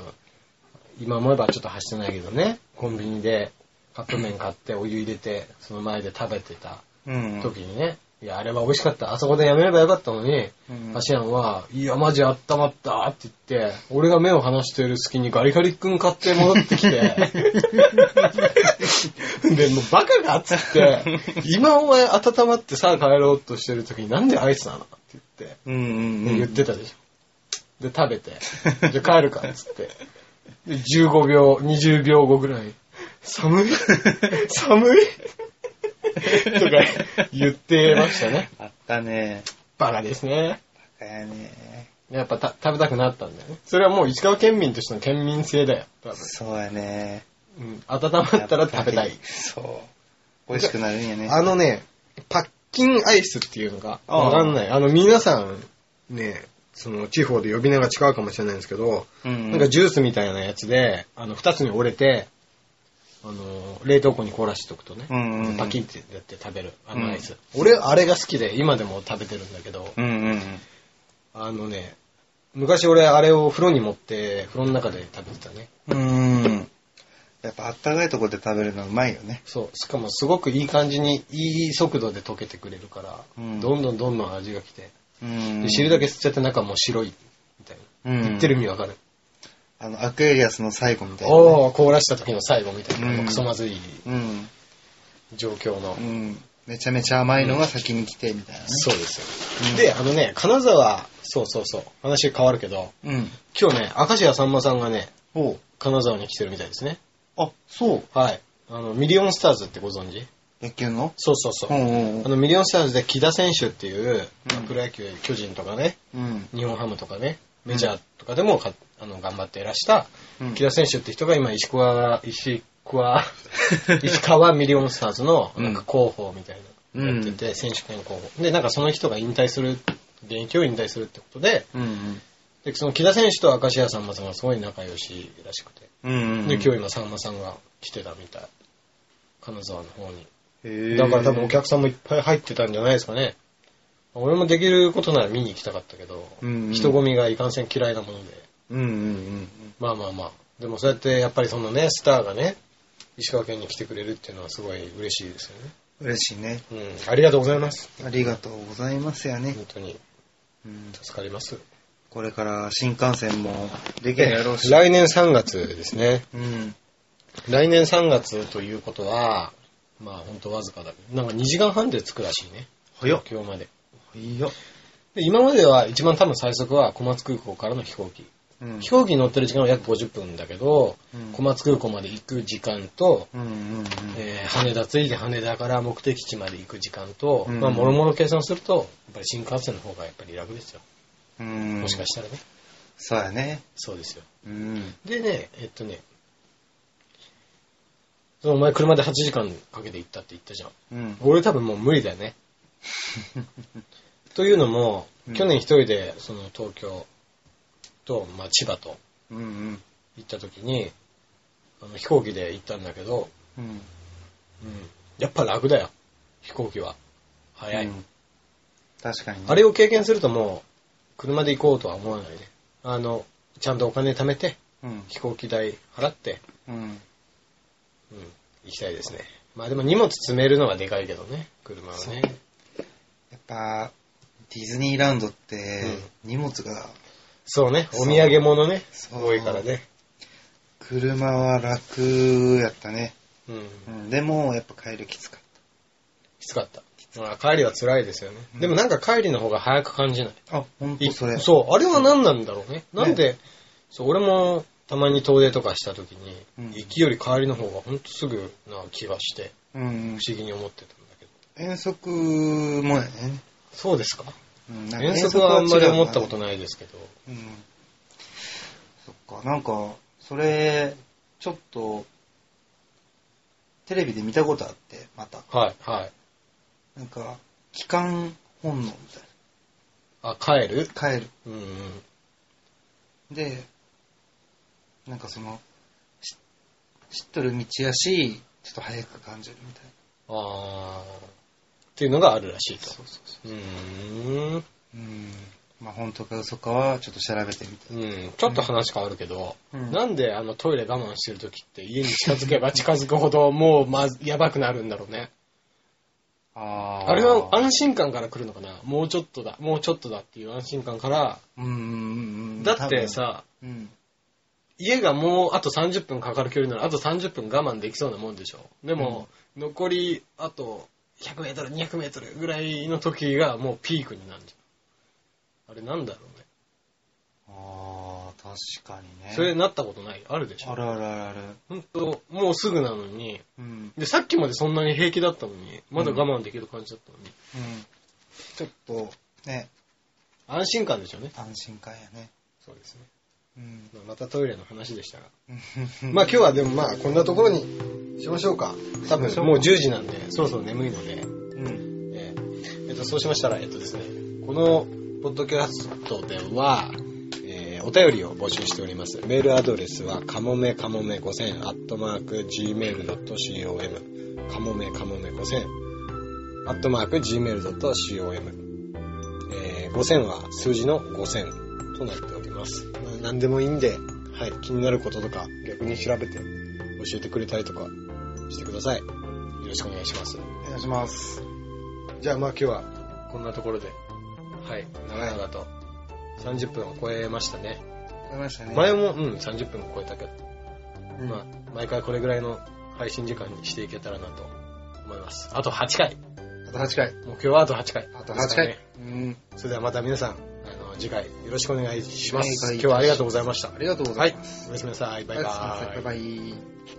Speaker 1: 今思えばちょっと走ってないけどね、コンビニでカップ麺買ってお湯入れて、その前で食べてた
Speaker 2: うん。
Speaker 1: 時にね、いや、あれは美味しかった。あそこでやめればよかったのに、
Speaker 2: うん
Speaker 1: パシアンは、いや、マジ温まったって言って、俺が目を離している隙にガリガリ君買って戻ってき て、で、もうバカがっつって、今お前温まってさ、帰ろうとしてる時になんでアイスなのって言って、
Speaker 2: うんうんう
Speaker 1: で
Speaker 2: ん。
Speaker 1: 言ってたでしょ。で、食べて、じゃあ帰るかっつって。で、15秒、20秒後ぐらい、 寒い寒いとか言ってましたね。
Speaker 2: あったね。
Speaker 1: バカですね。
Speaker 2: だやね。
Speaker 1: やっぱた食べたくなったんだよね。それはもう石川県民としての県民性だよ。多分。
Speaker 2: そうやね。
Speaker 1: うん。温まったら食べたい。
Speaker 2: そう。美味しくなるんやね。
Speaker 1: あのね、パッキンアイスっていうのが、
Speaker 2: ああ
Speaker 1: わかんない。あの、皆さん、ね、その、地方で呼び名が違うかもしれないんですけど、
Speaker 2: うん。
Speaker 1: なんかジュースみたいなやつで、あの、二つに折れて、あの、冷凍庫に凍らしておくとね、
Speaker 2: うんうんうん
Speaker 1: パキンってやって食べる、あのアイス。俺、あれが好きで、今でも食べてるんだけど、
Speaker 2: うんうんうん。
Speaker 1: あのね、昔俺、あれを風呂に持って、風呂の中で食べてたね。
Speaker 2: うん。やっぱあったかいとこで食べるのうまいよね。
Speaker 1: そう。しかも、すごくいい感じに、いい速度で溶けてくれるから、
Speaker 2: うん
Speaker 1: どんどんどんどん味が来て、
Speaker 2: うん
Speaker 1: で汁だけ吸っちゃって中もう白い、みたいな。
Speaker 2: うん
Speaker 1: 言ってる意味わかる。
Speaker 2: あの、アクエリアスの最後みたいなね、
Speaker 1: おお凍らした時の最後みたいな、
Speaker 2: うん
Speaker 1: もうクソまずい
Speaker 2: うん。
Speaker 1: 状況の。
Speaker 2: うん。めちゃめちゃ甘いのが先に来て、みたいなね。
Speaker 1: そうですよ、
Speaker 2: うん
Speaker 1: で、あのね、金沢、そうそうそう、話変わるけど、
Speaker 2: うん。
Speaker 1: 今日ね、明石家さんまさんがね、
Speaker 2: おう
Speaker 1: 金沢に来てるみたいですね。
Speaker 2: あ、そう。
Speaker 1: はい。あの、ミリオンスターズってご存知
Speaker 2: 野球の
Speaker 1: そうそうそうう。
Speaker 2: んうん
Speaker 1: あの、ミリオンスターズで木田選手っていう、まあ
Speaker 2: うん
Speaker 1: プロ野球、巨人とかね、
Speaker 2: うん。
Speaker 1: 日本ハムとかね、メジャーとかでもか、あの頑張っていらした、
Speaker 2: うん
Speaker 1: 木田選手って人が今石川、石 川、石川ミリオンスターズのなんか広報みたいなのやってて、選手権広報。で、なんかその人が引退する、現役を引退するってことで、
Speaker 2: うんうん。
Speaker 1: でその木田選手と明石家さんまさんがすごい仲良しらしくて、
Speaker 2: うんうんうん。
Speaker 1: で、今日今さんまさんが来てたみたい。金沢の方に。
Speaker 2: へ
Speaker 1: だから多分お
Speaker 2: さん
Speaker 1: 客さんもいっぱい入ってたんじゃないですかね。俺もできることなら見に行きたかったけど、
Speaker 2: うんうん
Speaker 1: 人混みがいかんせん嫌いなもので。
Speaker 2: うんうんうん
Speaker 1: まあまあまあ。でもそうやってやっぱりそのね、スターがね、石川県に来てくれるっていうのはすごい嬉しいですよね。
Speaker 2: うん。嬉しいね。
Speaker 1: うん。ありがとうございます。
Speaker 2: ありがとうございますやね。
Speaker 1: 本当に
Speaker 2: うん、
Speaker 1: 助かります。
Speaker 2: これから新幹線もできるやろうし。
Speaker 1: 来年3月ですね。
Speaker 2: うん。
Speaker 1: 来年3月ということは、まあほんとわずかだけど、なんか2時間半で着くらしいね。
Speaker 2: 早っ。
Speaker 1: 今日まで。
Speaker 2: 早っ。
Speaker 1: で今までは一番多分最速は小松空港からの飛行機。
Speaker 2: うん
Speaker 1: 飛行機に乗ってる時間は約50分だけど、
Speaker 2: うん
Speaker 1: 小松空港まで行く時間と、
Speaker 2: うんうんうん。
Speaker 1: えー羽田着いて羽田から目的地まで行く時間と、
Speaker 2: うん
Speaker 1: まあ、もろもろ計算すると、やっぱり新幹線の方がやっぱり楽ですよ。
Speaker 2: うん。
Speaker 1: もしかしたらね。
Speaker 2: そうやね。
Speaker 1: そうですよ。
Speaker 2: うん。
Speaker 1: でね、えっとね、そのお前車で8時間かけて行ったって言ったじゃん。
Speaker 2: うん。
Speaker 1: 俺多分もう無理だよね。というのも
Speaker 2: う、ん
Speaker 1: 去年一人でその東京と、まあ、千葉と
Speaker 2: うんうん。
Speaker 1: 行った時に、あの飛行機で行ったんだけど、
Speaker 2: うん。
Speaker 1: うん、やっぱ楽だよ。飛行機は。早い。
Speaker 2: うん確かにね。
Speaker 1: あれを経験するともう、車で行こうとは思わないね。あの、ちゃんとお金貯めて、
Speaker 2: うん。
Speaker 1: 飛行機代払って、
Speaker 2: うん。
Speaker 1: うん、行きたいですね。まあでも荷物詰めるのがでかいけどね、車はね。
Speaker 2: やっぱ、ディズニーランドって、荷物が、
Speaker 1: そうね、
Speaker 2: そ
Speaker 1: お
Speaker 2: う
Speaker 1: 土産物ね、
Speaker 2: そう
Speaker 1: 多いからね。
Speaker 2: 車は楽やったね。
Speaker 1: うん、
Speaker 2: うん。でも、やっぱ帰るきつかっ
Speaker 1: きつかった。まあ帰りは辛いですよね。
Speaker 2: うん
Speaker 1: でもなんか帰りの方が早く感じない。
Speaker 2: た。あ、ほん
Speaker 1: い
Speaker 2: とそれ。
Speaker 1: そう、あれは何なんだろうね。なんで、そう、俺もたまに遠出とかした時に、
Speaker 2: うん
Speaker 1: 行きより帰りの方がほんとすぐな気がして、
Speaker 2: う。うん
Speaker 1: 不。思議に思ってたんだけど。
Speaker 2: 遠足もやね。
Speaker 1: そうですか
Speaker 2: うん
Speaker 1: 遠足はあんまり思ったこと
Speaker 2: い。
Speaker 1: ないですけど。
Speaker 2: うん。そっか、なんか、それ、ちょっと、テレビで見たことあって、また。
Speaker 1: はい、はい。
Speaker 2: なんか、帰還本能みたい
Speaker 1: あ、帰る
Speaker 2: な。帰る。
Speaker 1: うんうん。
Speaker 2: で、なんかその、し知っとる道やし、ちょっと早く感じるみたいな。
Speaker 1: あー。っていうのがあるらしいと。
Speaker 2: うそうそう
Speaker 1: ーん。
Speaker 2: う。うん。まあ本当か嘘かは、ちょっと調べてみて。
Speaker 1: うん。ちょっと話変わるけど、
Speaker 2: うん
Speaker 1: なんであのトイレ我慢してる時って家に近づけば近づくほどもうまず、やばくなるんだろうね。
Speaker 2: あ
Speaker 1: あれは安心感から来るのかなもうちょっとだ、もうちょっとだっていう安心感から、
Speaker 2: うんうんうんうん。
Speaker 1: だってさ、
Speaker 2: 多分、うん。
Speaker 1: 家がもうあと30分かかる距離ならあと30分我慢できそうなもんでしょでも、残りあと100メートル200メートルぐらいの時がもうピークになるじゃんあれなんだろうね
Speaker 2: ああ、確かにね。
Speaker 1: それなったことないあるでし
Speaker 2: あ
Speaker 1: ょ
Speaker 2: るあるあるある。
Speaker 1: 本当もうすぐなのに
Speaker 2: うん。
Speaker 1: でさっきまでそんなに平気だったのにまだ我慢できる感じだったのに、
Speaker 2: うん。ちょっと、ね、
Speaker 1: 安心感でしょうね
Speaker 2: 安心感やね。
Speaker 1: そうですね、
Speaker 2: うん。
Speaker 1: まあまたトイレの話でしたがまあ今日はでもまあこんなところにしましょうか多分もう10時なんでそろそろ眠いので
Speaker 2: うん。
Speaker 1: えーえっと、そうしましたら、えっとですね、このポッドキャストでは、えーお便りを募集しております。メールアドレスは、かもめかもめ5000、アットマーク、gmail.com、かもめかもめ5000、アットマーク、gmail.com、えー5000は数字の5000となっております。まあ、何でもいいんで、はい、気になることとか、逆に調べて、教えてくれたりとかしてください。よろしくお願いします。
Speaker 2: お願いします。
Speaker 1: じゃあまあ今日はこんなところで、はい、長々と30分を超えましたね。
Speaker 2: わかりましたね。
Speaker 1: 前も、うん、30分を超えたけど、
Speaker 2: うん
Speaker 1: まあ、毎回これぐらいの配信時間にしていけたらなと思います。あと8回。
Speaker 2: あと8回。
Speaker 1: 目標はあと8回。
Speaker 2: あと
Speaker 1: です
Speaker 2: 8
Speaker 1: から
Speaker 2: 回
Speaker 1: ね。
Speaker 2: うん。
Speaker 1: それではまた皆さん、あの、次回よろしくお願いしま
Speaker 2: お願いい
Speaker 1: す。
Speaker 2: たします
Speaker 1: 今日はありがとうございました。
Speaker 2: ありがとうござ
Speaker 1: はい
Speaker 2: います。、
Speaker 1: おやすみなさい。バイ
Speaker 2: おやすみなさ
Speaker 1: バ
Speaker 2: い
Speaker 1: イ
Speaker 2: バイ。バイ。